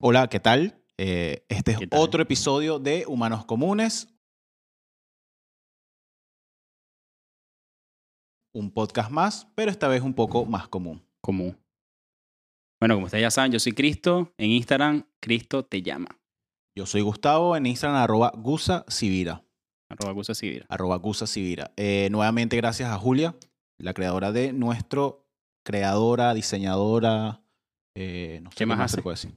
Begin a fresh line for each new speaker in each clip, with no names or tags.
Hola, ¿qué tal? Eh, este es
¿Qué tal?
otro episodio de Humanos Comunes, un podcast más, pero esta vez un poco más común.
común. Bueno, como ustedes ya saben, yo soy Cristo. En Instagram, Cristo te llama.
Yo soy Gustavo en Instagram, arroba Gusa Sibira.
Arroba Gusa Sibira.
Arroba Gusa Sibira. Eh, nuevamente, gracias a Julia, la creadora de nuestro creadora, diseñadora. eh, no sé
¿Qué más
se
hace?
puede decir.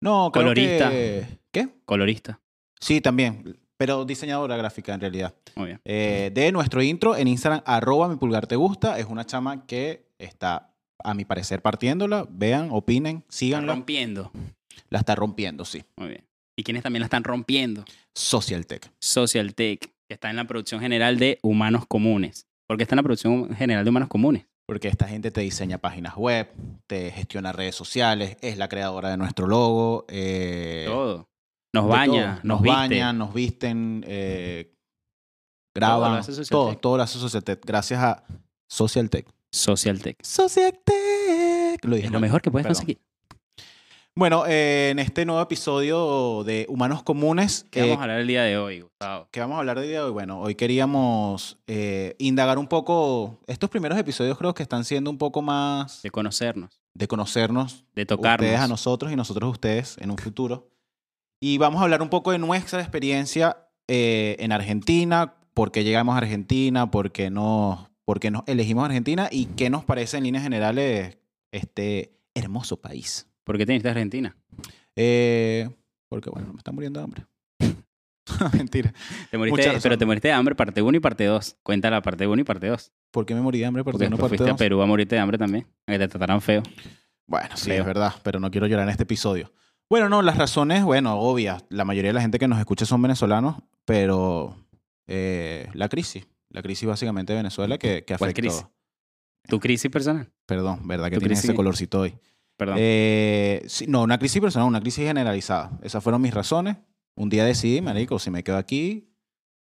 No, creo
Colorista.
que- ¿Qué?
Colorista.
Sí, también. Pero diseñadora gráfica en realidad.
Muy bien.
Eh, de nuestro intro en Instagram, arroba mi pulgar te gusta. Es una chama que está, a mi parecer, partiéndola. Vean, opinen,
Están
síganla.
rompiendo.
La está rompiendo, sí.
Muy bien. Y quienes también la están rompiendo.
Social Tech.
Social Tech, que está en la producción general de Humanos Comunes. Porque está en la producción general de Humanos Comunes.
Porque esta gente te diseña páginas web, te gestiona redes sociales, es la creadora de nuestro logo. eh,
todo. Nos
de
baña,
todo.
nos,
nos
viste.
bañan, nos visten, eh,
Todo lo
graban.
hace Social
Todo,
Tech.
todo lo hace Social Tech. Gracias a Social Tech.
Social Tech.
Social Tech. Lo dije
Es lo
mal.
mejor que puedes
Perdón.
conseguir.
Bueno, eh, en este nuevo episodio de Humanos Comunes,
¿Qué
eh,
vamos a hablar el día de hoy, Gustavo?
que vamos a hablar de día de hoy, bueno, hoy queríamos eh, indagar un poco, estos primeros episodios creo que están siendo un poco más
De conocernos,
de conocernos,
de tocarnos.
ustedes a nosotros y nosotros a ustedes en un futuro. Y vamos a hablar un poco de nuestra experiencia eh, en Argentina, por qué llegamos a Argentina, por qué nos, por qué nos elegimos a Argentina y qué nos parece en líneas generales este hermoso país.
¿Por qué te viniste a Argentina?
Eh, porque, bueno, me está muriendo de hambre. Mentira.
Te moriste-
Mucha razón.
pero te moriste de hambre, parte 1 y parte 2. Cuenta la parte 1 y parte 2.
¿Por qué me morí de hambre? ¿Por
Porque
qué no
después
parte
fuiste a
dos?
Perú a morirte de hambre también. A que te trataran feo.
Bueno, sí,
Creo.
es verdad, pero no quiero llorar en este episodio. Bueno, no, las razones, bueno, obvias. La mayoría de la gente que nos escucha son venezolanos, pero eh, la crisis. La crisis básicamente de Venezuela que, que
¿Cuál
afectó.
crisis? Tu crisis personal.
Perdón, ¿verdad? Que
¿Tu
tienes
crisis?
ese colorcito hoy.
Perdón.
Eh, sí, no, una crisis personal, una crisis generalizada. Esas fueron mis razones. Un día decidí, marico, si me quedo aquí,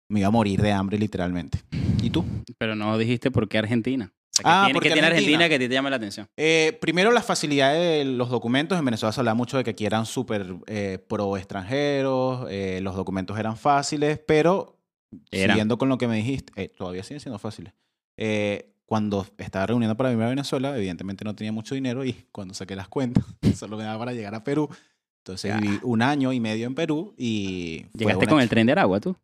me iba a morir de hambre literalmente. ¿Y tú?
Pero no dijiste por qué Argentina. O sea, ¿qué
Ah,
tiene,
porque
qué tiene
Argentina.
Argentina? que a ti te llama la atención?
Eh, primero, las facilidades de los documentos. En Venezuela se hablaba mucho de que aquí eran súper eh, pro extranjeros, eh, los documentos eran fáciles, pero
Eran.
siguiendo con lo que me dijiste, eh, todavía siguen siendo fáciles. Eh, cuando estaba reuniendo para venir a Venezuela, evidentemente no tenía mucho dinero y cuando saqué las cuentas, solo me daba para llegar a Perú. Entonces
Ah.
viví un año y medio en Perú y... fue
Llegaste
una
con
ex-
el tren de Aragua, tú.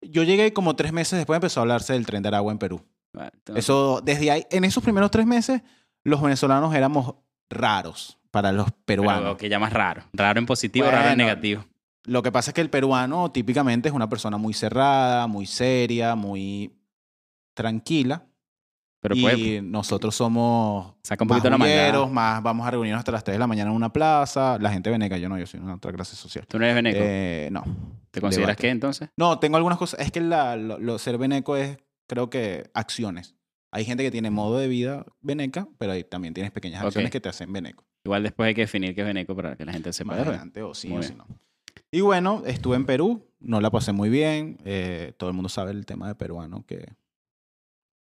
Yo llegué como tres meses después empezó a hablarse del tren de Aragua en Perú.
Vale, entonces-
Eso, desde ahí, en esos primeros tres meses, los venezolanos éramos raros para los
pero
peruanos.
lo que llamas raro. Raro en positivo, raro en
Bueno.
negativo.
Lo que pasa es que el peruano típicamente es una persona muy cerrada, muy seria, muy tranquila.
Pero
y
pues,
nosotros somos
saca un
más
poquito la mangada.
bulleros, más vamos a reunirnos hasta las 3 de la mañana en una plaza. La gente veneca, yo no, yo soy una otra clase social.
Tú no eres veneco.
Eh, no.
¿Te consideras
Debate.
qué entonces?
No, tengo algunas cosas. Es que la, lo, lo- ser veneco es, creo que, acciones. Hay gente que tiene modo de vida veneca, pero ahí también tienes pequeñas
Ok.
acciones que te hacen veneco.
Igual después hay que definir qué es veneco para que la gente sepa.
más
de verdad.
adelante, o sí
Muy
o
bien.
si no. Y bueno, estuve en Perú, no la pasé muy bien. eh, todo el mundo sabe el tema de peruano que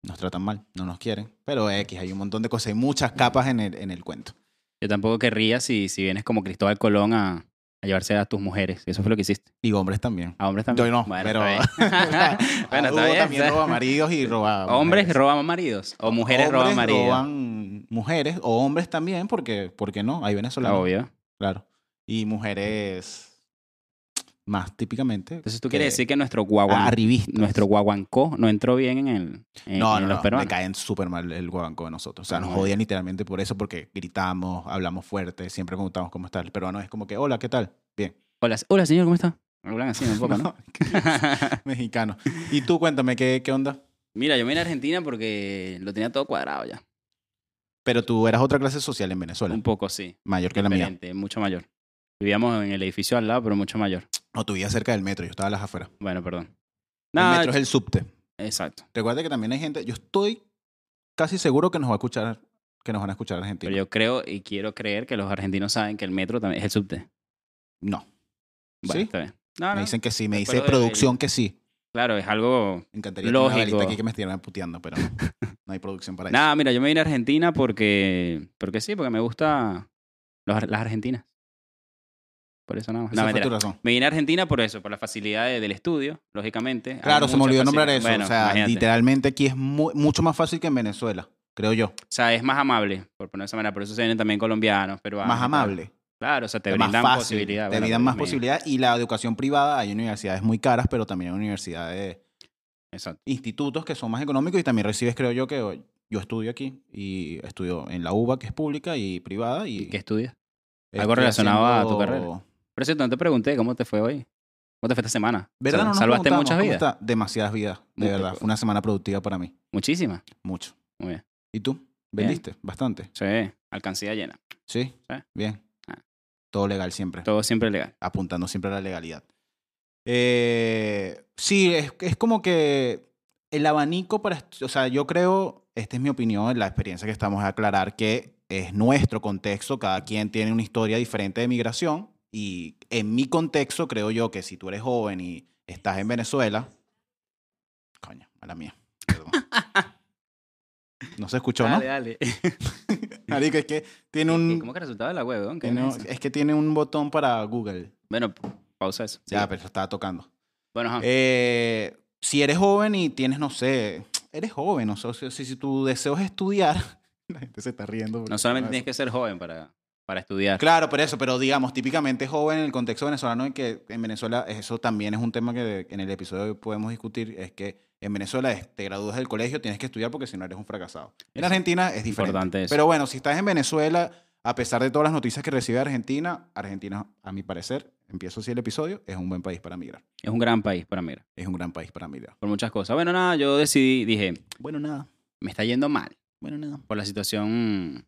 nos tratan mal, no nos quieren. Pero X, hay un montón de cosas, hay muchas capas en el, en el cuento.
Yo tampoco querría si, si vienes como Cristóbal Colón a, a llevarse a tus mujeres. Eso fue lo que hiciste.
Y hombres también.
A hombres también.
Yo no, pero-
está bien. bueno,
Hubo
está bien.
también
o sea,
roba maridos y roba.
hombres
mujeres.
roban maridos. O mujeres roban
Hombres
maridos.
roban mujeres o hombres también, porque, porque no, hay venezolanos.
Ah, Obvio.
Claro. Y mujeres más típicamente.
Entonces tú quieres
que
decir que nuestro guaguan,
arribistas.
nuestro guaguancó no entró bien en el en,
No,
en
no,
los
no, me
peruanos.
caen súper mal el guabanco de nosotros. O sea,
Ah,
nos
bueno.
odian literalmente por eso, porque gritamos, hablamos fuerte, siempre preguntamos cómo está. El peruano es como que, hola, ¿qué tal? Bien.
Hola, se- hola, señor, ¿cómo está? Hablan así un poco, ¿no?
Mexicano. Y tú, cuéntame, ¿qué, qué onda?
Mira, yo vine a Argentina porque lo tenía todo cuadrado ya.
Pero tú eras otra clase social en Venezuela,
Un poco, sí.
mayor que la mía.
Diferente, mucho mayor. Vivíamos en el edificio al lado, pero mucho mayor.
No, tú vivías cerca del metro, yo estaba a las afueras.
Bueno, perdón.
el
Nada,
metro es el subte.
Exacto.
Recuerda que también hay gente, yo estoy casi seguro que nos va a escuchar, que nos van a escuchar argentinos.
Pero yo creo y quiero creer que los argentinos saben que el metro también es el subte.
No.
Bueno,
¿Sí?
está bien. Ah, No,
Me
no,
dicen que sí, me
De
dice
acuerdo,
producción que sí.
Claro, es algo...
Me encantaría tener una
Lógico.
balita aquí que me estuvieran puteando, pero no, no hay producción para eso.
Nada, mira, yo me vine a Argentina porque... Porque sí, porque me gusta los ar- las argentinas. Por eso nada más.
Esa
No,
fue tu
mentira.
razón.
Me vine a Argentina por eso, por la facilidad de- del estudio, lógicamente. Hay
Claro, se me
mucha
olvidó
facilidad.
nombrar eso.
Bueno,
o sea,
imagínate.
literalmente aquí es mu- mucho más fácil que en Venezuela, creo yo.
O sea, es más amable, por poner de esa manera. Por eso se vienen también colombianos, peruanos.
más
tal.
amable.
Claro, o sea, te
es
brindan
más fácil, Te
posibilidades. bueno, pues,
brindan
por
más
lo menos.
posibilidades. Y la educación privada, hay universidades muy caras, pero también hay universidades,
Exacto.
institutos que son más económicos y también recibes, creo yo, que hoy- yo estudio aquí y estudio en la UBA, que es pública y privada. Y,
¿Y qué estudias?
estoy
algo relacionado a tu
haciendo-
carrera? Por cierto, no te pregunté cómo te fue hoy. ¿Cómo te fue esta semana?
¿Verdad?
Sal-
No nos
Salvaste
preguntamos
muchas
cómo
vidas.
está. Demasiadas vidas, de
Muchas
verdad.
cosas.
Fue una semana productiva para mí.
Muchísimas.
Mucho.
Muy bien.
¿Y tú? ¿Vendiste? Bastante.
Sí, alcancía llena.
¿Sí?
Sí.
Bien.
Ah.
Todo legal siempre.
Todo siempre legal.
apuntando siempre a la legalidad. Eh, sí, es, es como que el abanico para... est- O sea, yo creo, esta es mi opinión, la experiencia que estamos a aclarar, que es nuestro contexto, cada quien tiene una historia diferente de migración y en mi contexto creo yo que si tú eres joven y estás en Venezuela... Coño, mala mía. perdón. No se escuchó, ¿no?
dale.
Marico, es que tiene un...
¿Cómo que resultado de la web? weón? ¿Qué
tiene-
es eso?
es que tiene un botón para Google.
Bueno, pausa eso. Sí.
Ya, pero estaba tocando.
Bueno, ajá.
Eh, si eres joven y tienes, no sé, eres joven, o sea, si, si tu deseo es estudiar, la gente se está riendo. porque-
no solamente tienes que ser joven para, para estudiar.
Claro, por eso, pero digamos, típicamente joven en el contexto venezolano, en que en Venezuela, eso también es un tema que de- en el episodio de hoy podemos discutir, es que en Venezuela es, te gradúas del colegio, tienes que estudiar porque si no eres un fracasado. En
Eso.
Argentina es diferente.
Importante eso.
Pero bueno, si estás en Venezuela, a pesar de todas las noticias que recibe Argentina, Argentina, a mi parecer, empiezo así el episodio, es un buen país para migrar.
Es un gran país para mí,
Es un gran país para migrar.
por muchas cosas. Bueno, nada, yo decidí, dije,
Bueno, nada.
me está yendo mal
Bueno, nada.
por la situación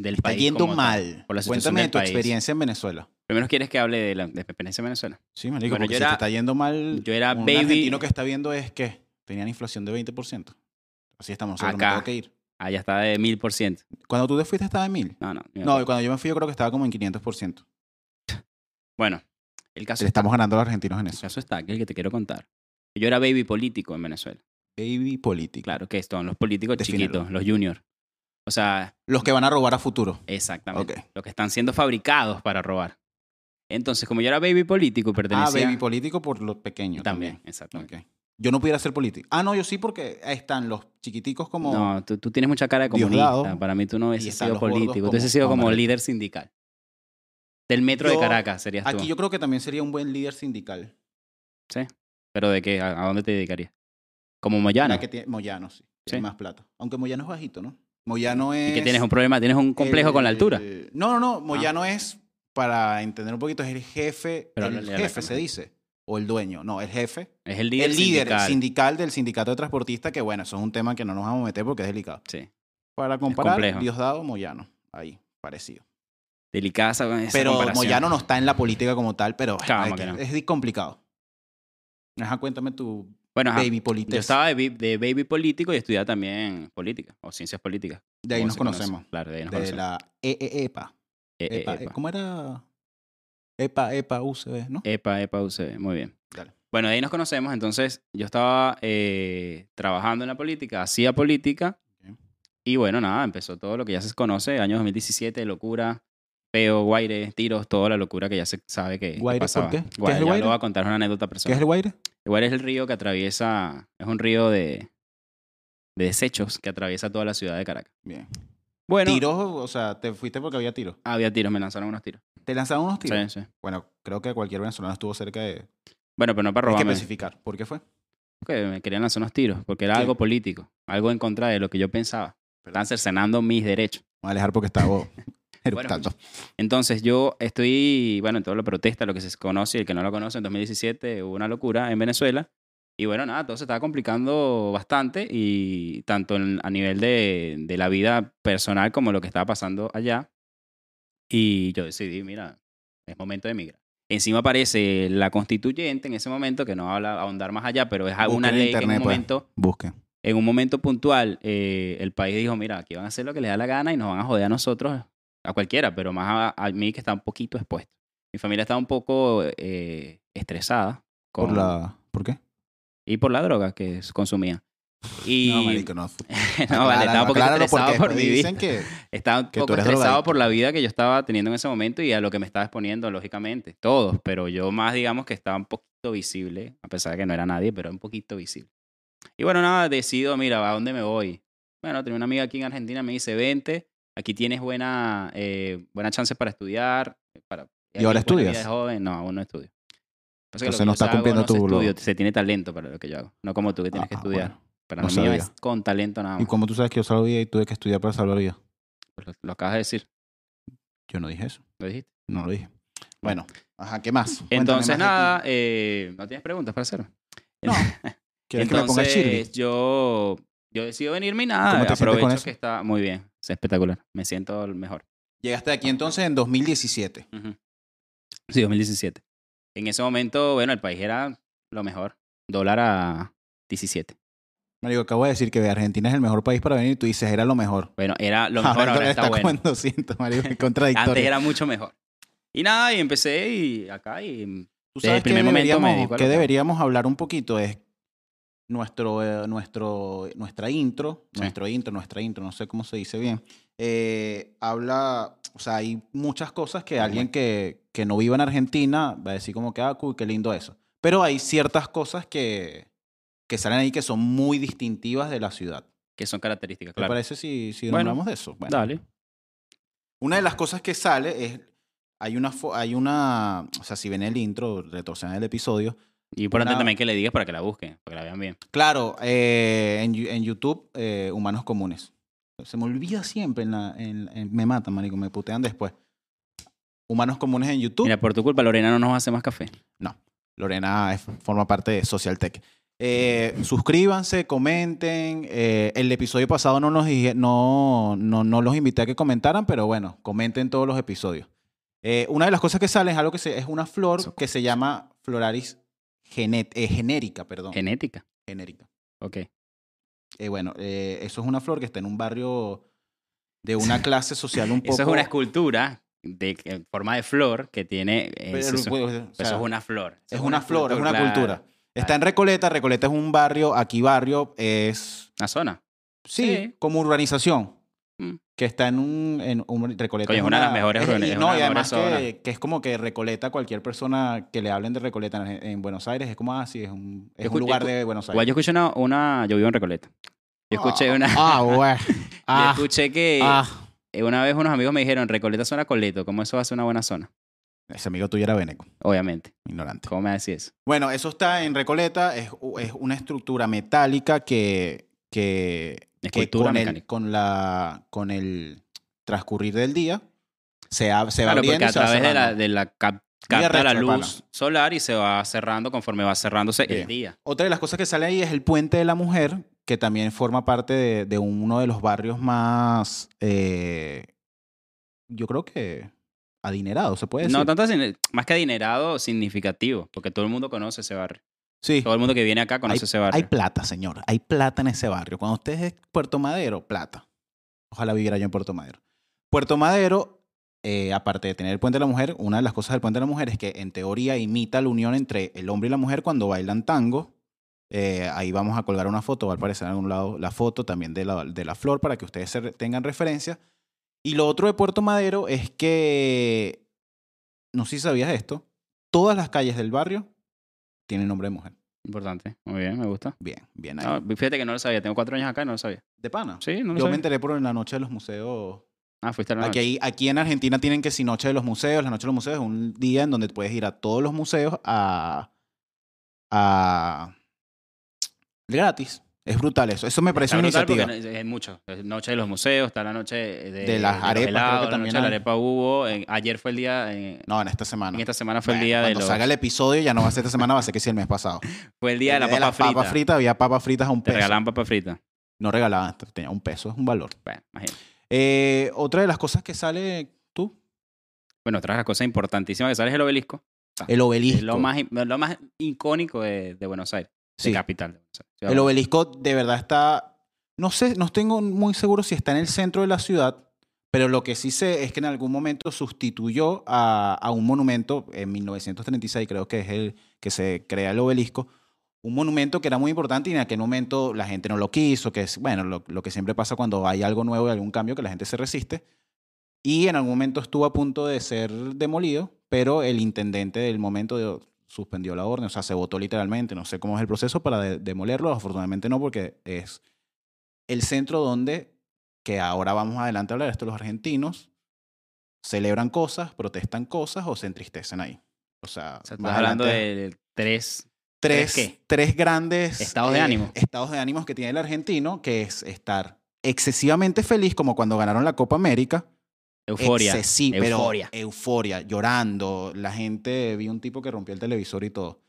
del
Está
país.
yendo
como tal.
mal.
por la situación
Cuéntame de
del
tu
país.
experiencia en Venezuela.
Primero quieres que hable de la de mi experiencia en Venezuela.
Sí, marico,
Bueno,
porque
yo
si
era-
te está yendo mal,
yo era
un
baby-
argentino que está viendo es que tenían inflación de 20%. Así estamos nosotros, me
Acá.
tengo que ir.
Ah, ya está de mil por ciento.
Cuando tú te fuiste estaba en 1000.
No, no. ni me
No,
acuerdo.
y cuando yo me fui yo creo que estaba como en 500%.
Bueno, el caso,
Le
está,
estamos ganando a los argentinos en
el
eso.
caso está, que es el que te quiero contar. Yo era baby político en Venezuela.
Baby político.
Claro que son los políticos
Defínelo.
chiquitos, los juniors. O sea,
Los que van a robar a futuro.
exactamente.
Ok. Ah,
Los que están siendo fabricados para robar. Entonces, como yo era baby político y
Ah,
pertenecía...
baby político por lo pequeño
También,
también.
exactamente.
Ok. Yo no pudiera ser político. Ah, no, yo sí porque ahí están los chiquiticos como...
No, tú, tú tienes mucha cara de comunista.
Diosdado.
Para mí tú no hubieses
están
sido
los gordos
político. Tú
como
hubieses sido como
Juan Manuel.
líder sindical. Del metro
Yo-
de Caracas serías tú.
Aquí yo creo que también sería un buen líder sindical.
Pero ¿de qué? ¿A, a dónde te dedicarías? Como Moyano.
La que tiene- Moyano, sí.
Ah, Sí.
Tiene más plata. Aunque Moyano es bajito, ¿no? Moyano es...
¿Y que tienes un problema? ¿Tienes un complejo con la
el-
altura? Ah.
No, no, no. Moyano es, para entender un poquito, es el jefe.
Pero
el
háblale a la
jefe se
cámara.
dice. O el dueño. No, el jefe.
Es el líder
el líder el
sindical.
sindical del sindicato de transportistas, que bueno, eso es un tema que no nos vamos a meter porque es delicado.
Sí.
Para comparar,
complejo.
Diosdado, Moyano. Ahí, parecido.
Delicada esa, esa
pero
comparación.
Moyano no está en la política como tal, pero
Claro,
ay,
que no.
es, complicado. Ajá, cuéntame tu
Bueno, ajá.
baby política.
Yo estaba de, bi- de baby político y estudiaba también política o ciencias políticas.
De ahí
como
nos
se conoce.
conocemos.
Claro, de ahí nos
De
conocemos.
la E EEEPA.
Eh, eh,
Epa, eh,
epa.
¿Cómo era? EPA, EPA, UCB, ¿no?
Epa, epa, UCB. Muy bien.
Dale.
Bueno, de ahí nos conocemos. Entonces, yo estaba eh, trabajando en la política, hacía política.
Ok.
Y bueno, nada, empezó todo lo que ya se conoce, año 2017, locura, peo, guaire, tiros, toda la locura que ya se sabe que, que
¿Guaire por
pasaba.
qué? ¿Qué es el
Guaire, ya
guaire?
lo voy a contar es una anécdota
¿Qué
personal.
es el Guaire?
El Guaire es el río que atraviesa, es un río de, de desechos que atraviesa toda la ciudad de Caracas.
Bien.
Bueno,
tiros, o sea, te fuiste porque había tiros.
había tiros, me lanzaron unos tiros.
Te lanzaron unos
Sí,
tiros.
sí.
Bueno, creo que cualquier venezolano estuvo cerca de.
Bueno, pero no para
Hay que
robarme.
especificar. ¿Por qué fue?
que me querían lanzar unos tiros, porque era
Sí.
algo político, algo en contra de lo que yo pensaba. Estaban cercenando mis derechos.
Vamos a alejar porque estaba eructando.
Entonces yo estoy, bueno, en toda la protesta, lo que se conoce y el que no lo conoce, en 2017 hubo una locura en Venezuela. Y bueno, nada, todo se estaba complicando bastante y tanto en- a nivel de, de la vida personal como lo que estaba pasando allá. Y yo decidí, mira, es momento de emigrar. Encima aparece la constituyente en ese momento, que no habla ahondar más allá, pero es una
Busquen en
ley que en
internet,
un
pues.
momento
Busquen.
en un momento puntual, eh, el país dijo, mira, aquí van a hacer lo que les da la gana y nos van a joder a nosotros, a cualquiera, pero más a, a mí que está un poquito expuesto. Mi familia estaba un poco eh, estresada.
Por
con-
la. ¿Por qué?
Y por la droga que s- consumía. Y
No, marico, no.
no, vale, estaba un poquito
Acláralo,
estresado
porque
por mi
después
vida.
dicen que
Estaba un
que
poco
tú eres
estresado
drogadicto.
por la vida que yo estaba teniendo en ese momento y a lo que me estaba exponiendo, lógicamente. Todos, pero yo más, digamos, que estaba un poquito visible, a pesar de que no era nadie, pero un poquito visible. Y bueno, nada, decido, mira, ¿a dónde me voy? Bueno, tenía una amiga aquí en Argentina, me dice, vente, aquí tienes buena, eh, buena chance para estudiar. eh, Para,
¿Y ahora
aquí buena vida
estudias?
de joven. No, aún no estudio. Pasa que
Entonces
lo que
no
yo
estás
hago
cumpliendo
no se
tu- lo-
estudio, se tiene talento para lo que yo hago. No como tú que tienes
Ah,
que
ah,
estudiar.
bueno.
para
no
mí
sabía.
es con talento nada
¿Y
más.
cómo tú sabes que yo salvo vida y tuve que estudiar para salvar vida?
Lo, lo acabas de decir,
Yo no dije eso.
lo dijiste.
No lo dije. Bueno, ajá, ¿qué más? Cuéntame
Entonces,
más de ti.
nada, eh, ¿no tienes preguntas para hacer?
No. ¿Quieres que me ponga
Entonces,
Shirley?
yo, yo decido venirme y nada.
¿Cómo te sientes con
aprovecho
eso?
que está muy bien. Es espectacular. Me siento el mejor.
Llegaste aquí entonces en 2017.
Ujú. Sí, 2017. En ese momento, bueno, el país era lo mejor. Dólar a 17.
Marico, acabo de decir que Argentina es el mejor país para venir y tú dices era lo mejor.
Bueno, era lo mejor, ahora
le
está bueno.
como en 200, marico, es contradictorio.
Antes era mucho mejor. Y nada, y empecé y acá y...
Tú
desde el
sabes que
primer momento
deberíamos,
me dedico
que
a lo que hago.
deberíamos hablar un poquito es nuestro, eh, nuestro, nuestra intro,
Sí.
nuestro intro, nuestra intro, no sé cómo se dice bien. eh, habla, o sea, hay muchas cosas que
Ajá.
alguien que, que no viva en Argentina va a decir como que, ah, cool, qué lindo eso. Pero hay ciertas cosas que, que salen ahí que son muy distintivas de la ciudad.
Que son características,
¿Te
claro.
parece si, si
Bueno,
hablamos de eso? Bueno.
Dale.
Una de las cosas que sale es, hay una, fo- hay una, o sea, si ven el intro, retorcen el episodio,
Y importante
Una-
también que le digas para que la busquen, para que la vean bien.
Claro, eh, en, Yu- en YouTube, eh, Humanos Comunes. Se me olvida siempre. En la, en- en- me matan, marico, me putean después. Humanos Comunes en YouTube.
Mira, por tu culpa, Lorena no nos hace más café.
Lorena es- forma parte de Social Tech. Eh, suscríbanse, comenten. eh, el episodio pasado no, nos dije- no, no, no los invité a que comentaran, pero bueno, comenten todos los episodios. Eh, una de las cosas que sale es algo que se- es una flor que se llama Floraris genet- eh, genérica, perdón.
Genética.
genérica.
Ok.
Eh, bueno, eh, eso es una flor que está en un barrio de una clase social un poco.
Eso es una escultura de en forma de flor que tiene. es-
pero,
eso,
pues, o sea,
eso es una flor. Eso
es una flor, es una
claro.
cultura. Está en Recoleta, Recoleta es un barrio, aquí barrio es.
Una zona.
Sí,
Sí.
como urbanización.
Mm.
Que está en un. En un Recoleta.
Coño,
es
es una de las mejores
es-
urbani-
y
es
No,
una
y
de las
además
mejores
que, que es como que Recoleta, cualquier persona que le hablen de Recoleta en, en Buenos Aires, es como así, es un, es
Yo
un
escu-
lugar
yo escu-
de Buenos
Igual
Aires.
yo escuché una, una- Yo vivo en Recoleta. Yo escuché una.
Ah, bueno.
yo
Ah,
escuché que
ah.
eh, una vez unos amigos me dijeron: Recoleta zona coleto. ¿Cómo eso hace una buena zona?
Ese amigo tuyo era Beneco,
Obviamente.
ignorante.
¿Cómo me decís eso?
Bueno, eso está en Recoleta, es, u- es una estructura metálica que, que, que
Escultura
con, el,
mecánica.
con, la, con el transcurrir del día se, ab- se va
Claro,
abriendo
porque
y
a
se va
través de la,
cerrando.
de la cap-
Muy
capta la
arrecho, pana.
luz solar y se va cerrando conforme va cerrándose el
Bien.
día.
Otra de las cosas que sale ahí es el Puente de la Mujer, que también forma parte de, de uno de los barrios más, eh, yo creo que adinerado, se puede decir.
No, tanto así, más que adinerado, significativo, porque todo el mundo conoce ese barrio.
sí,
Todo el mundo que viene acá conoce ese barrio.
hay plata, señor, hay plata en ese barrio. Cuando usted es de Puerto Madero, plata. Ojalá viviera yo en Puerto Madero. Puerto Madero, eh, aparte de tener el Puente de la Mujer, una de las cosas del Puente de la Mujer es que en teoría imita la unión entre el hombre y la mujer cuando bailan tango. Eh, ahí vamos a colgar una foto, va a aparecer en algún lado la foto también de la, de la flor para que ustedes se re- tengan referencia. Y lo otro de Puerto Madero es que, no sé si sabías esto, todas las calles del barrio tienen nombre de mujer.
Importante. Muy bien, me gusta.
Bien, bien ahí.
No, fíjate que no lo sabía. Tengo cuatro años acá y no lo sabía.
¿De pana?
Sí, no
Yo
lo
me
sabía.
enteré por en la noche de los museos.
Ah, fuiste a la
Aquí,
noche.
hay- aquí en Argentina tienen que si noche de los museos, la noche de los museos es un día en donde puedes ir a todos los museos a... a gratis. Es brutal eso. Eso me parece
Está
una
brutal
iniciativa.
porque Es es mucho. Es Noche de los museos, está la noche de,
De las
los
arepas, creo que
helados, la
también
noche de la
hay.
arepa hubo. en- ayer fue el día. En,
No, en esta semana.
en esta semana fue
Bueno,
el día de
cuando
los.
salga el episodio ya no va a ser esta semana, va a ser que sí el mes pasado.
Fue el día de la
El día
papa frita.
papas fritas, pues. había papas fritas a un
Te
peso.
regalaban papa frita.
No regalaban, tenía un peso, es un valor.
Bueno, imagínate.
Eh, otra de las cosas que sale tú,
Bueno, otra de las cosas importantísimas que sale es el obelisco.
el obelisco.
Es lo más, lo más icónico de, de Buenos Aires,
Sí.
de capital. de Buenos Aires. Ciudad
El
de
obelisco de verdad está, no sé, no tengo muy seguro si está en el centro de la ciudad, pero lo que sí sé es que en algún momento sustituyó a, a un monumento en 1936, creo que es el que se crea el obelisco, un monumento que era muy importante y en aquel momento la gente no lo quiso, que es, bueno, lo, lo que siempre pasa cuando hay algo nuevo y algún cambio que la gente se resiste. Y en algún momento estuvo a punto de ser demolido, pero el intendente del momento de- suspendió la orden, o sea, se votó literalmente, no sé cómo es el proceso para de- demolerlo, afortunadamente no, porque es el centro donde, que ahora vamos adelante a hablar de esto, los argentinos celebran cosas, protestan cosas o se entristecen ahí. O sea,
O sea,
más
estás hablando
adelante-
de tres.
tres,
¿Tres qué?
tres grandes eh,
Estados de ánimo.
Estados de ánimos que tiene el argentino, que es estar excesivamente feliz, como cuando ganaron la Copa América.
Euforia.
Sí, pero
Euforia.
euforia, llorando. La gente, vi un tipo que rompió el televisor y todo.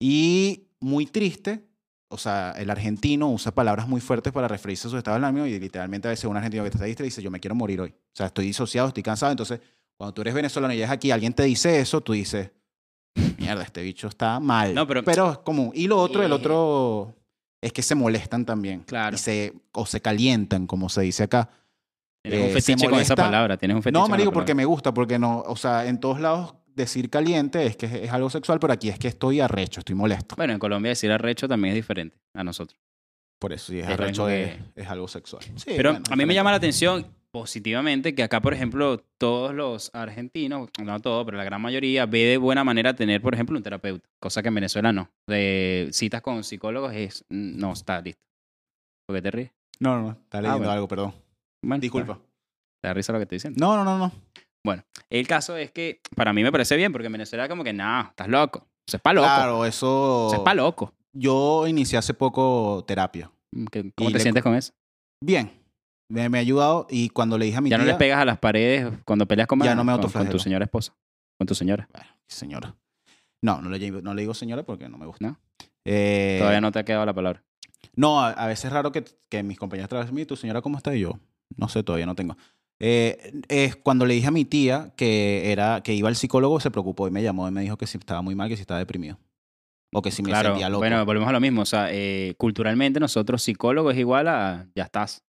Y muy triste, o sea, el argentino usa palabras muy fuertes para referirse a su estado de ánimo y literalmente a veces un argentino que está triste dice, yo me quiero morir hoy. O sea, estoy disociado, estoy cansado. Entonces, cuando tú eres venezolano y llegas aquí, alguien te dice eso, tú dices, mierda, este bicho está mal.
No, pero-
es común. Y lo otro, el
Eh.
otro es que se molestan también.
Claro.
Y se, o se calientan, como se dice acá.
Tienes
eh,
un
se
fetiche con esa
molesta.
palabra. Tienes un fetiche
No,
con la
marico, porque
palabra.
me gusta, porque no, o sea, en todos lados decir caliente es que es, es algo sexual, pero aquí es que estoy arrecho, estoy molesto.
Bueno, en Colombia decir arrecho también es diferente a nosotros.
Por eso, sí, es
es lo
arrecho
mismo
es, es algo sexual. Sí,
Pero
bueno,
a mí me
diferente.
llama la atención positivamente que acá, por ejemplo, todos los argentinos, no todos, pero la gran mayoría, ve de buena manera tener, por ejemplo, un terapeuta, cosa que en Venezuela no. De citas con psicólogos es, mm, no, está listo. ¿Por qué te ríes?
No, no, no, está leyendo
bueno.
algo, perdón.
Bueno,
Disculpa.
Te da risa lo que estoy diciendo.
No, no, no, no.
El caso es que para mí me parece bien, porque en Venezuela como que, no, estás loco. Eso es pa' loco.
Claro,
Eso es
eso.
pa' loco.
Yo inicié hace poco terapia.
Mm, ¿qué- ¿Cómo
Y
te
le-
sientes con eso?
Bien, me, me ha ayudado y cuando le dije a mi
Ya no
tía,
les pegas a las paredes cuando peleas con,
Ya no
Mariana?
me
con, con tu
autoflagelo.
señora esposa, con tu señora.
Bueno, señora. No, no le, llevo- no le digo señora porque no me gusta.
¿No?
Eh,
Todavía no te ha quedado la palabra.
No, a, a veces es raro que, que mis compañeros trabajen mí, tu señora, ¿cómo está? Y yo, no sé, todavía no tengo. Eh, es cuando le dije a mi tía que, era, que iba al psicólogo, se preocupó y me llamó y me dijo que si estaba muy mal, que si estaba deprimido. O que si me
Claro,
sentía loco.
bueno, volvemos a lo mismo. O sea, eh, culturalmente nosotros psicólogo es igual a ya estás.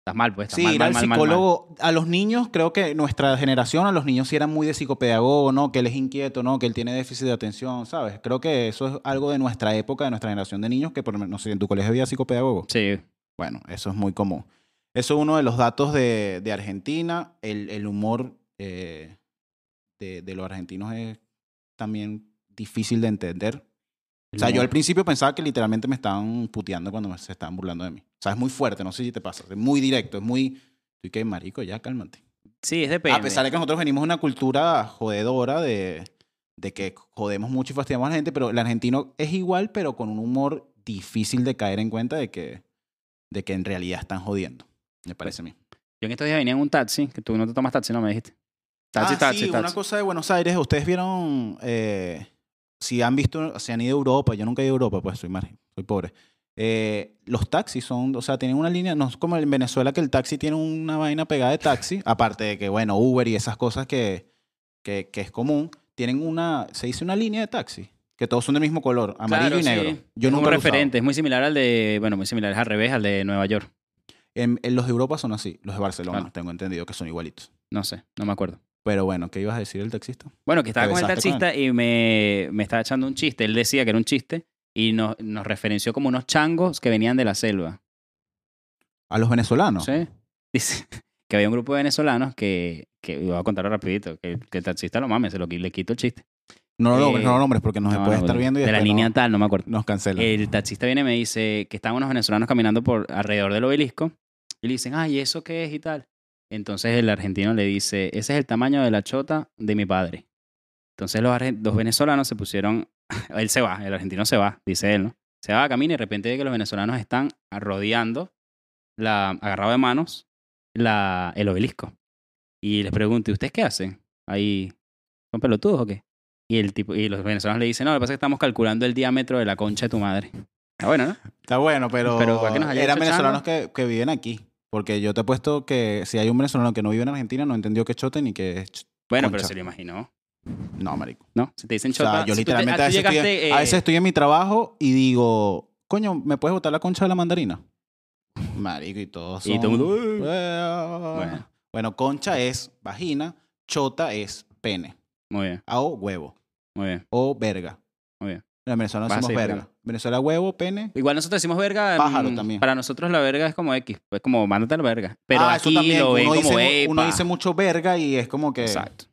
Estás mal, pues. Estás
sí,
mal,
ir
mal,
al
mal, mal, mal.
psicólogo, a los niños, creo que nuestra generación, a los niños sí eran muy de psicopedagogo, ¿no? Que él es inquieto, ¿no? Que él tiene déficit de atención, ¿sabes? Creo que eso es algo de nuestra época, de nuestra generación de niños, que por lo menos, no sé, en tu colegio había psicopedagogo.
Sí,
Bueno, eso es muy común. Eso es uno de los datos de, de Argentina. El, el humor eh, de, de los argentinos es también difícil de entender. O sea, yo al principio pensaba que literalmente me estaban puteando cuando me- se estaban burlando de mí. O sea, es muy fuerte, no sé si te pasa. Es muy directo, es muy... Estoy que marico, ya cálmate.
sí, es depende.
A pesar de que nosotros venimos de una cultura jodedora de, de que jodemos mucho y fastidiamos a la gente, pero el argentino es igual, pero con un humor difícil de caer en cuenta de que, de que en realidad están jodiendo, me parece a mí.
Yo en estos días venía en un taxi, que tú no te tomas taxi, no me dijiste. Taxi,
Ah,
taxi,
sí,
taxi.
una cosa de Buenos Aires, ustedes vieron, eh, si han visto, si han ido a Europa, yo nunca he ido a Europa, pues soy margen, soy pobre. Eh, los taxis son, o sea, tienen una línea, no es como en Venezuela que el taxi tiene una vaina pegada de taxi, aparte de que, bueno, Uber y esas cosas que, que, que es común, tienen una, se dice una línea de taxi, que todos son del mismo color, amarillo
Claro,
y
sí.
negro. Yo nunca
es un
lo he usado.
referente, es muy similar al de, bueno, muy similar, es al revés al de Nueva York.
En, en los de Europa son así, los de Barcelona,
Claro.
tengo entendido que son igualitos.
No sé, no me acuerdo.
Pero bueno, ¿qué ibas a decir el taxista?
Bueno, que estaba
Te
con el
besaste con
taxista y me, me estaba echando un chiste. Él decía que era un chiste y nos, nos referenció como unos changos que venían de la selva.
A los venezolanos.
Sí. Dice que había un grupo de venezolanos que, que y voy a contarlo rapidito, que, que el taxista lo mames, se lo qui- le quito el chiste.
No lo
Eh,
nombres, no lo nombres porque nos
No,
puede
no,
estar
de-
viendo y
De la
después
línea
no-
tal, Eh, no me acuerdo.
nos cancela.
El taxista viene y me dice que estaban unos venezolanos caminando por alrededor del obelisco y le dicen, ay, ¿eso qué es? y tal. Entonces el argentino le dice, ese es el tamaño de la chota de mi padre. Entonces los, argen- los venezolanos se pusieron, él se va, el argentino se va, dice él, ¿no? Se va, camina y de repente ve que los venezolanos están rodeando, la, agarrado de manos, la, el obelisco. Y les pregunto, ¿y ustedes qué hacen? Ahí, ¿son pelotudos o qué? Y, el tipo, y los venezolanos le dicen, no, lo que pasa es que estamos calculando el diámetro de la concha de tu madre. Está bueno, ¿no?
Está bueno, pero,
Pero igual que nos haya
eran
dicho
venezolanos que, que viven aquí. Porque yo te apuesto que si hay un venezolano que no vive en Argentina, no entendió que chote ni que es ch-
Bueno,
Concha.
pero se lo imaginó,
No, marico.
¿no? Si te dicen
O sea,
chota,
yo
si tú te-
literalmente
ah,
a,
tú
veces estoy,
llegaste,
a
eh,
veces estoy en mi trabajo y digo, coño, ¿me puedes botar la concha de la mandarina? Marico, y todos
Y todo el mundo,
son,
Bueno.
Bueno. bueno, concha es vagina, chota es pene,
Muy bien,
o huevo,
muy bien.
o verga.
Muy bien.
No, en Venezuela no
Vas a
decimos
seguir
verga. Venezuela huevo, pene.
Igual nosotros decimos verga. mm,
Pájaro también.
Para nosotros la verga es como X. Es como mándate a la verga. Pero
Ah, eso
aquí
también, que
lo ven
uno
como
dice, mu- uno
"Epa".
dice mucho verga y es como que...
Exacto.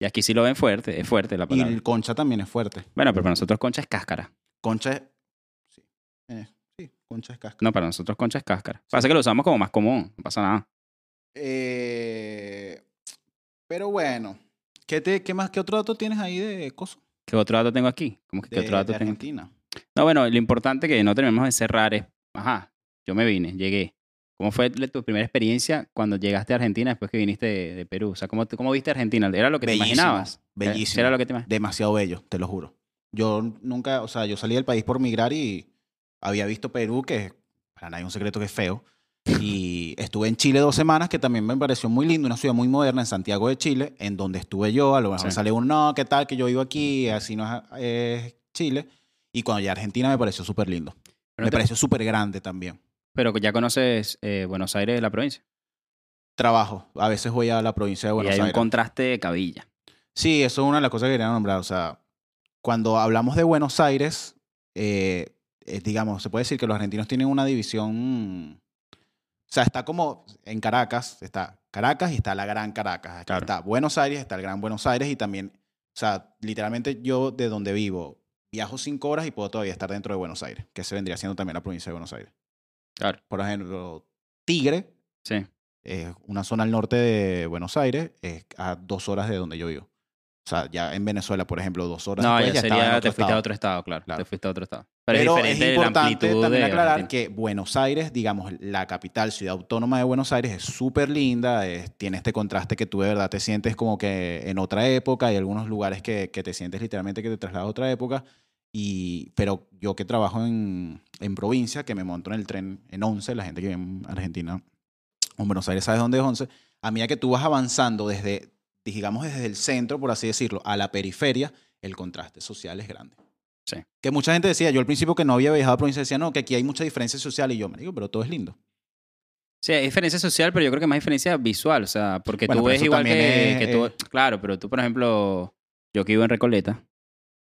Y aquí sí lo ven fuerte. Es fuerte la
Y
palabra.
el concha también es fuerte.
Bueno, pero para nosotros concha es cáscara.
Concha es... Sí, Eh, sí, concha es casca.
No, para nosotros concha es cáscara. Pasa que lo usamos como más común. No pasa nada.
Eh, pero bueno, ¿qué, te, qué, más, ¿qué otro dato tienes ahí de coso?
¿Qué otro dato tengo aquí? ¿Cómo que qué
De-
otro dato
de
tengo?
Argentina.
No, bueno, lo importante que no terminamos de cerrar es, ajá, yo me vine, llegué. ¿Cómo fue la- tu primera experiencia cuando llegaste a Argentina después que viniste de, de Perú? O sea, ¿cómo, te- cómo viste Argentina? ¿Era lo que te
Bellísimo,
imaginabas? ¿Era-
bellísimo.
¿Era lo que te imaginabas?
Demasiado bello, te lo juro. Yo nunca, o sea, yo salí del país por migrar y había visto Perú, que para nadie es un secreto que es feo. Y estuve en Chile dos semanas, que también me pareció muy lindo, una ciudad muy moderna en Santiago de Chile, en donde estuve yo. A lo mejor
Sí.
sale un no, ¿qué tal? Que yo vivo aquí, así no es es Chile. Y cuando llegué a Argentina me pareció súper lindo.
Pero,
me
te-
pareció súper grande también.
pero ya conoces eh, Buenos Aires, la provincia.
Trabajo. A veces voy a la provincia de
y
Buenos
hay
Aires.
un contraste de cabilla.
Sí, eso es una de las cosas que quería nombrar. O sea, cuando hablamos de Buenos Aires, eh, eh, digamos, se puede decir que los argentinos tienen una división. mm, o sea, está como en Caracas, está Caracas y está la Gran Caracas. Aquí
Claro.
Está Buenos Aires, está el Gran Buenos Aires y también, o sea, literalmente yo de donde vivo viajo cinco horas y puedo todavía estar dentro de Buenos Aires, que se vendría siendo también la provincia de Buenos Aires.
Claro.
Por ejemplo, Tigre
Sí.
es una zona al norte de Buenos Aires, es a dos horas de donde yo vivo. O sea, ya en Venezuela, por ejemplo, dos horas.
No,
después
ya
estaba en
sería,
otro
te fuiste a
estado.
otro estado, claro,
Claro.
Te fuiste a otro estado. Pero,
Pero
es
es,
diferente de la
importante
amplitud
también
de
aclarar
Argentina.
que Buenos Aires, digamos, la capital, ciudad autónoma de Buenos Aires, es súper linda, es- tiene este contraste que tú de verdad te sientes como que en otra época, hay algunos lugares que, que te sientes literalmente que te trasladas a otra época, y, pero yo que trabajo en, en provincia, que me monto en el tren en 11, la gente que vive en Argentina o en Buenos Aires sabes dónde es 11, a medida que tú vas avanzando desde, digamos, desde el centro, por así decirlo, a la periferia, el contraste social es grande.
Sí.
Que mucha gente decía, yo al principio que no había viajado a provincia, decía, no, que aquí hay mucha diferencia social. Y yo, me digo, pero todo es lindo.
Sí, hay diferencia social, pero yo creo que más diferencia visual, o sea, porque
Bueno,
tú
pero
ves
eso
igual
también
que,
es-
que tú... Claro, pero tú, por ejemplo, yo que vivo en Recoleta,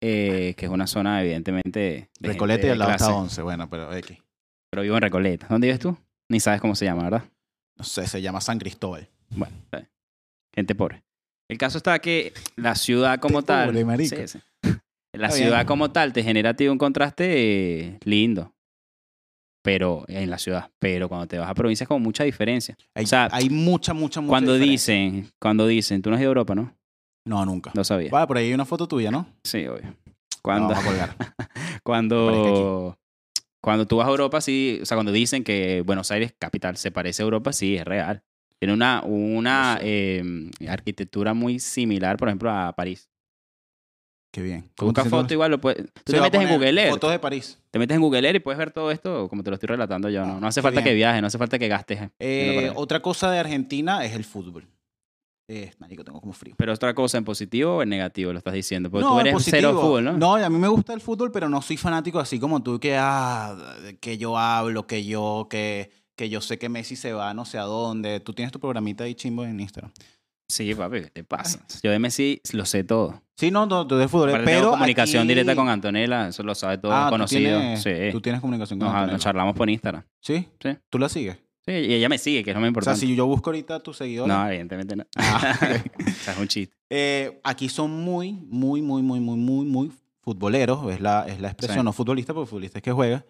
eh, que es una zona evidentemente... de
Recoleta y
gente de
al lado está
clase,
11, bueno, pero X.
Pero vivo en Recoleta. ¿Dónde vives tú? Ni sabes cómo se llama, ¿verdad?
No sé, se llama San Cristóbal.
Bueno, está bien. gente pobre. El caso está que la ciudad como
Gente
tal...
pobre, marico.
Sí, sí. La
Está bien.
ciudad como tal te genera a ti un contraste eh, lindo, pero en la ciudad. Pero cuando te vas a provincias con mucha diferencia.
Hay,
O sea,
hay mucha, mucha, mucha
Cuando
diferencia.
dicen, cuando dicen, tú no has ido a Europa, ¿no?
No, nunca.
No sabía.
Vale, por ahí hay una foto tuya, ¿no?
Sí, obvio.
La
Cuando,
vamos a colgar.
cuando, cuando tú vas a Europa, sí, o sea, cuando dicen que Buenos Aires, capital, se parece a Europa, sí, es real. Tiene una, una
Eso.
eh, arquitectura muy similar, por ejemplo, a París.
Qué bien.
Tú
¿Cómo te
buscas
sientes?
foto igual, lo puedes,
Se
tú te
va a
metes en
poner
Google Earth.
Fotos de París.
Te metes en Google Earth y puedes ver todo esto como te lo estoy relatando yo. No,
Ah,
No hace
qué
falta
bien.
que viajes, no hace falta que gastes. en
Eh,
la carrera.
otra cosa de Argentina es el fútbol. Eh, marico, tengo como frío.
Pero otra cosa, ¿en positivo o en negativo lo estás diciendo? Porque
No,
Pues tú
en
eres
positivo.
cero fútbol, ¿no?
a mí me gusta el fútbol, pero no soy fanático así como tú, que, ah, que yo hablo, que yo, que, que yo sé que Messi se va no sé a dónde. Tú tienes tu programita ahí chimbo en Instagram.
Sí, papi, ¿qué te pasa? Yo de Messi lo sé todo.
Sí, no, no, tú eres futbolero,
Aparte,
pero
tengo comunicación
aquí-
directa con Antonella, eso lo sabe todo
Ah, tú
conocido.
tienes-
sí.
Tú tienes comunicación con
Nos,
Antonella.
nos charlamos por Instagram.
¿Sí?
Sí.
¿Tú la sigues?
Sí, y ella me sigue, que es lo
O sea,
más importante.
si yo busco ahorita a tu seguidor,
no, evidentemente no.
Ah,
o sea, es un chiste.
eh, aquí son muy, muy, muy, muy, muy, muy, muy futboleros, es la, es la expresión,
Sí.
no futbolista, porque futbolista es que juega.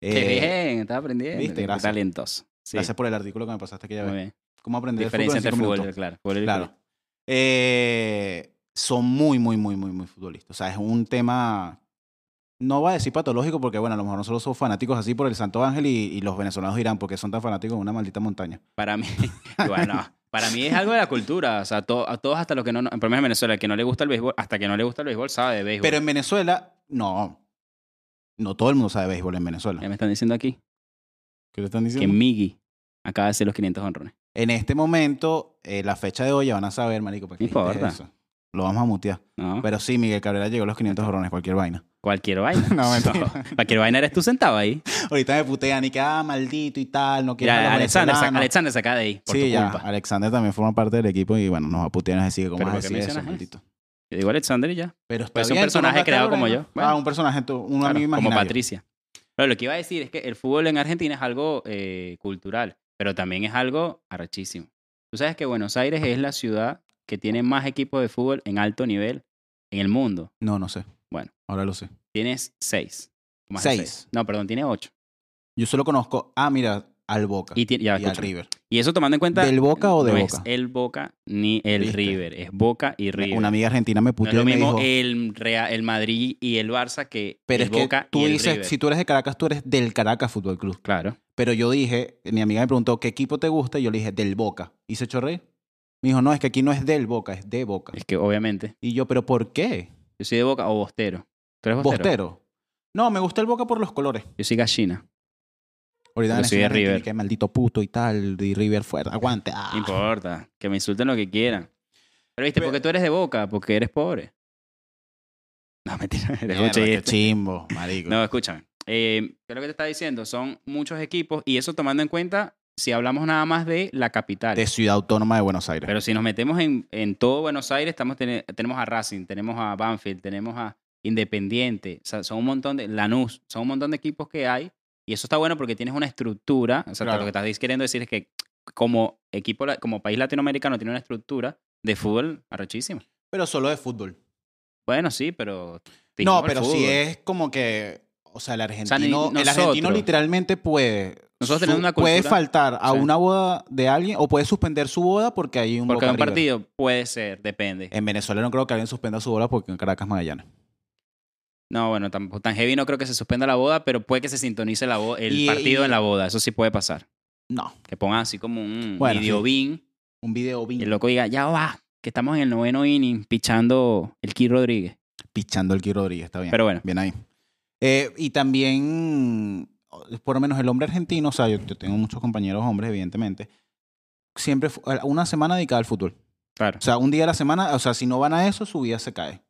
Qué
Eh,
bien, estás aprendiendo.
viste,
Qué
gracias.
Talentoso. Sí,
Gracias por el artículo que me pasaste aquella
muy
vez.
bien.
¿Cómo aprender el fútbol en
Diferencia entre
cinco
fútbol,
minutos?
claro. fútbol y
Claro.
fútbol.
Eh, son muy, muy, muy, muy, muy futbolistas. O sea, es un tema. No va a decir patológico porque, bueno, a lo mejor nosotros somos fanáticos así por el Santo Ángel y, y los venezolanos dirán porque son tan fanáticos de una maldita montaña.
Para mí, bueno, para mí es algo de la cultura. O sea, to- a todos hasta los que no, por lo menos en Venezuela, el que no le gusta el béisbol, hasta que no le gusta el béisbol, sabe de béisbol.
Pero en Venezuela, no. No todo el mundo sabe béisbol en
Ya
Venezuela.
me están diciendo aquí
¿Qué te están
que
diciendo?
Miggy acaba de hacer los 500 honrones.
En este momento, eh, la fecha de hoy ya van a saber, marico. ¿para qué
No
dijiste
importa. Ah.
eso? Lo vamos a mutear.
¿no?
Pero sí, Miguel Cabrera llegó a los 500 jorrones, cualquier vaina.
Cualquier vaina.
No, mentira.
No, Cualquier vaina eres tú sentado ahí.
Ahorita me putean y que, ah, maldito y tal, no quiero
Mira,
a los
Alexander, saca,
venezolanos.
Alexander, saca de ahí. Por
sí,
tu
ya.
culpa.
Alexander también forma parte del equipo y bueno, nos va a putear y nos dice que cómo
¿Pero
vas a
por qué
decir eso,
mencionas
maldito.
Yo Yo digo Alexander y ya.
Pero está
Pues es un
bien, tú no
personaje
estás
creado como
problema.
yo. Bueno.
ah, un personaje, tú, un
Claro,
amigo
como
imaginario.
Patricia. Pero lo que iba a decir es que el fútbol en Argentina es algo eh, cultural, pero también es algo arrechísimo. Tú sabes que Buenos Aires es la ciudad que tiene más equipos de fútbol en alto nivel en el mundo.
No, no sé.
Bueno.
Ahora lo sé.
Tienes seis. Más de
Seis.
No, perdón, tiene ocho.
Yo solo conozco, ah, mira, al Boca
Y,
y,
ti- ya,
al
escúchame.
River.
Y eso tomando en cuenta.
¿Del Boca o de
no
Boca?
Es el Boca ni el
Viste.
River. Es Boca y River.
Una amiga argentina me
no es
puteó
lo
y me
mismo
dijo,
el, Real- el Madrid y el Barça que
pero
el
es que
Boca
tú
y el
dices,
River.
si tú eres de Caracas, tú eres del Caracas Fútbol Club.
Claro.
Pero yo dije, mi amiga me preguntó, ¿qué equipo te gusta? Y yo le dije, del Boca. Y se echó a reír. Me dijo, no, es que aquí no es del Boca, es de Boca.
Es que obviamente.
Y yo, ¿pero por qué?
Yo soy de Boca o Bostero. ¿Tú eres Bostero?
Bostero. No, me gusta el Boca por los colores.
Yo soy gallina.
Ahorita
Yo
van a decir
soy de
en Argentina
River.
Que maldito puto y tal, y River fuera. Aguante. ah.
No importa. Que me insulten lo que quieran. Pero viste, porque tú eres de boca, porque eres pobre. No, mentira. Te
Mierda,
escuché
qué
este.
chimbo, marico.
No, escúchame. Eh, ¿Qué es lo que te estaba diciendo? Son muchos equipos y eso tomando en cuenta si hablamos nada más de la capital.
De Ciudad Autónoma de Buenos Aires.
Pero si nos metemos en, en todo Buenos Aires, estamos tene- tenemos a Racing, tenemos a Banfield, tenemos a Independiente, o sea, son un montón de Lanús, son un montón de equipos que hay y eso está bueno porque tienes una estructura, o sea,
Claro.
lo que estás queriendo decir es que como equipo, la- como país latinoamericano tiene una estructura de fútbol arrochísima.
pero solo de fútbol.
Bueno, sí, pero
No,
dijimos el
pero sí
fútbol.
es como que, o sea, el
sea, ni
argentino, el argentino
nosotros.
literalmente puede,
Nosotros tenemos una
puede
cultura-
faltar a
Sí.
una boda de alguien o puede suspender su boda porque hay un Eh.
porque un
Boca-River.
partido puede ser, depende.
En Venezuela no creo que alguien suspenda su boda porque en Caracas Magallanes.
No, bueno, tampoco tan heavy no creo que se suspenda la boda, pero puede que se sintonice la bo- el
Y-
partido
y-
en la boda, eso sí puede pasar.
No,
Que pongan así como un
Bueno,
video
sí.
bean
un video bien
Y el loco diga, ya va, que estamos en el noveno inning pichando el Key Rodríguez.
pichando el Kiro Rodríguez, está bien.
Pero bueno,
Bien ahí. Eh, y también, por lo menos el hombre argentino, o sea, yo, yo tengo muchos compañeros hombres, evidentemente, siempre fu- una semana dedicada al fútbol.
claro.
O sea, un día de la semana, o sea, si no van a eso, su vida se cae.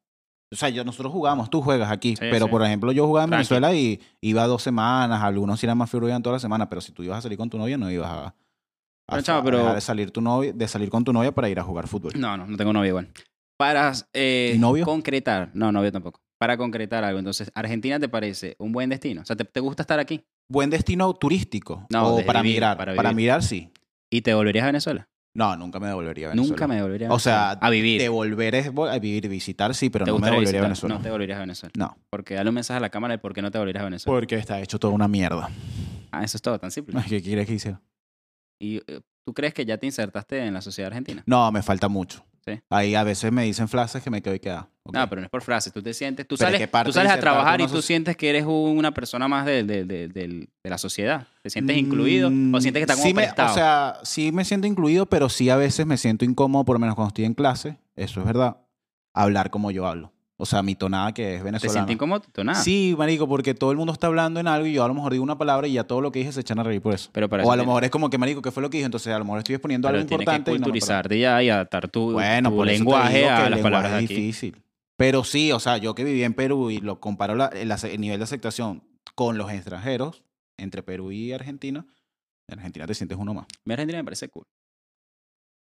O sea, yo, nosotros jugamos, tú juegas aquí,
Sí,
pero
sí.
por ejemplo, yo jugaba en
Tranqui.
Venezuela y iba dos semanas, algunos sí eran más fríos, iban toda la semana, pero si tú ibas a salir con tu novia, no ibas a, a-
Bueno, chavo,
a
pero-
dejar de salir tu novia, de salir con tu novia para ir a jugar fútbol.
No, no, no tengo novio igual. Para eh,
¿Y novio?
concretar, no, novio tampoco. Para concretar algo, entonces, ¿Argentina te parece un buen destino? O sea, ¿te, te gusta estar aquí?
Buen destino turístico
No,
o
de
para
vivir,
mirar,
para
para,
vivir.
mirar sí.
¿Y te volverías a Venezuela?
No, nunca me devolvería a Venezuela.
Nunca me devolvería a
O sea,
Venezuela. a vivir.
Devolver es vo- a vivir, visitar sí, pero
¿Te
no me
gustaría
devolvería a
visitar?
Venezuela.
No te volverías a Venezuela.
No.
Porque dale un mensaje a la cámara de por qué no te volverías a Venezuela.
Porque está hecho toda una mierda.
Ah, eso es todo, tan simple.
¿Qué quieres que hiciera?
¿Y eh, tú crees que ya te insertaste en la sociedad argentina?
No, me falta mucho.
Sí.
Ahí a veces me dicen frases que me quedo y queda. Ok.
No, pero no es por frases. Tú te sientes, tú
Pero es
sales,
que parte
tú sales
de
a
ser
trabajar
parte
y
de una
tú
soci-
sientes que eres una persona más de, de, de- del- de la sociedad. Te sientes incluido o sientes que está como
Mm, sí me-
prestado.
o sea, sí me siento incluido, pero sí a veces me siento incómodo, por lo menos cuando estoy en clase, eso es verdad, hablar como yo hablo. O sea, mi tonada que es
te
venezolana.
sientes incómodo, Ah. tú nada.
Sí, marico, porque todo el mundo está hablando en algo y yo a lo mejor digo una palabra y ya todo lo que dije se echan a reír por eso.
pero
o
para eso
a lo
tienes-
mejor es como que, marico, ¿qué fue lo que dije? Entonces, a lo mejor estoy exponiendo
pero
algo
tienes que
importante. y no me
culturizarte ya y adaptar tu,
Bueno,
tu
por eso te
lenguaje
digo que
a
el
las
lenguaje
palabras de
es
aquí.
difícil. Pero sí, o sea, yo que viví en Perú y lo comparo la- el, ace- el nivel de aceptación con los extranjeros, entre Perú y Argentina, en Argentina te sientes uno más.
Mi Argentina me parece cool.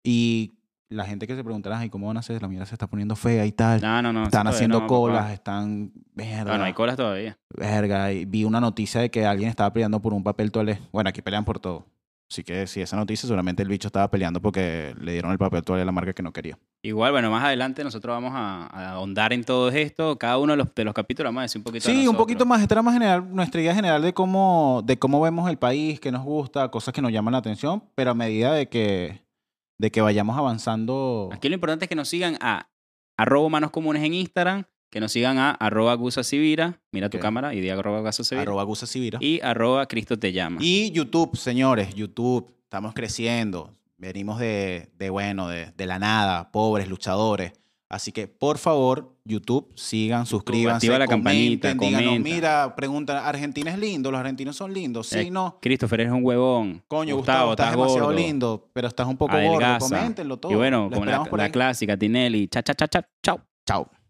Y la gente que se preguntará, ay, ¿cómo van a hacer? La mierda se está poniendo fea y tal.
No, no, no.
Están
todavía
haciendo
no, papá. Ah,
colas, están... Verga,
No, no hay colas todavía.
verga. Y vi una noticia de que alguien estaba peleando por un papel toalé. Bueno, aquí pelean por todo. Así que si esa noticia, seguramente el bicho estaba peleando porque le dieron el papel toalé a la marca que no quería.
Igual, bueno, más adelante nosotros vamos a, a ahondar en todo esto. Cada uno de los, de los capítulos vamos a decir un poquito de
Sí, un
nosotros.
poquito más, esta era más general, nuestra idea general de cómo, de cómo vemos el país, qué nos gusta, cosas que nos llaman la atención, pero a medida de que, de que vayamos avanzando.
Aquí lo importante es que nos sigan a arroba manos comunes en Instagram, que nos sigan a arroba gusasivira, mira tu
Ok.
cámara y di arroba gusasivira,
arroba Gusa Sibira. Y,
y arroba Cristo te llama.
YouTube, señores, YouTube, estamos creciendo, venimos de, de bueno, de, de la nada, pobres, luchadores. Así que, por favor, YouTube, sigan, suscríbanse.
activa la campanita,
comenten, díganos,
comenta.
mira, pregunta, ¿Argentina es lindo? ¿Los argentinos son lindos? Sí,
Eh,
no.
Christopher eres un huevón.
Coño, Gustavo, estás, demasiado lindo, pero estás un poco gordo.
Adelgaza.
Coméntenlo todo.
Y bueno,
Lo
como la,
esperamos por
la
ahí.
clásica, Tinelli, cha, cha, cha, cha, chao.
Chao.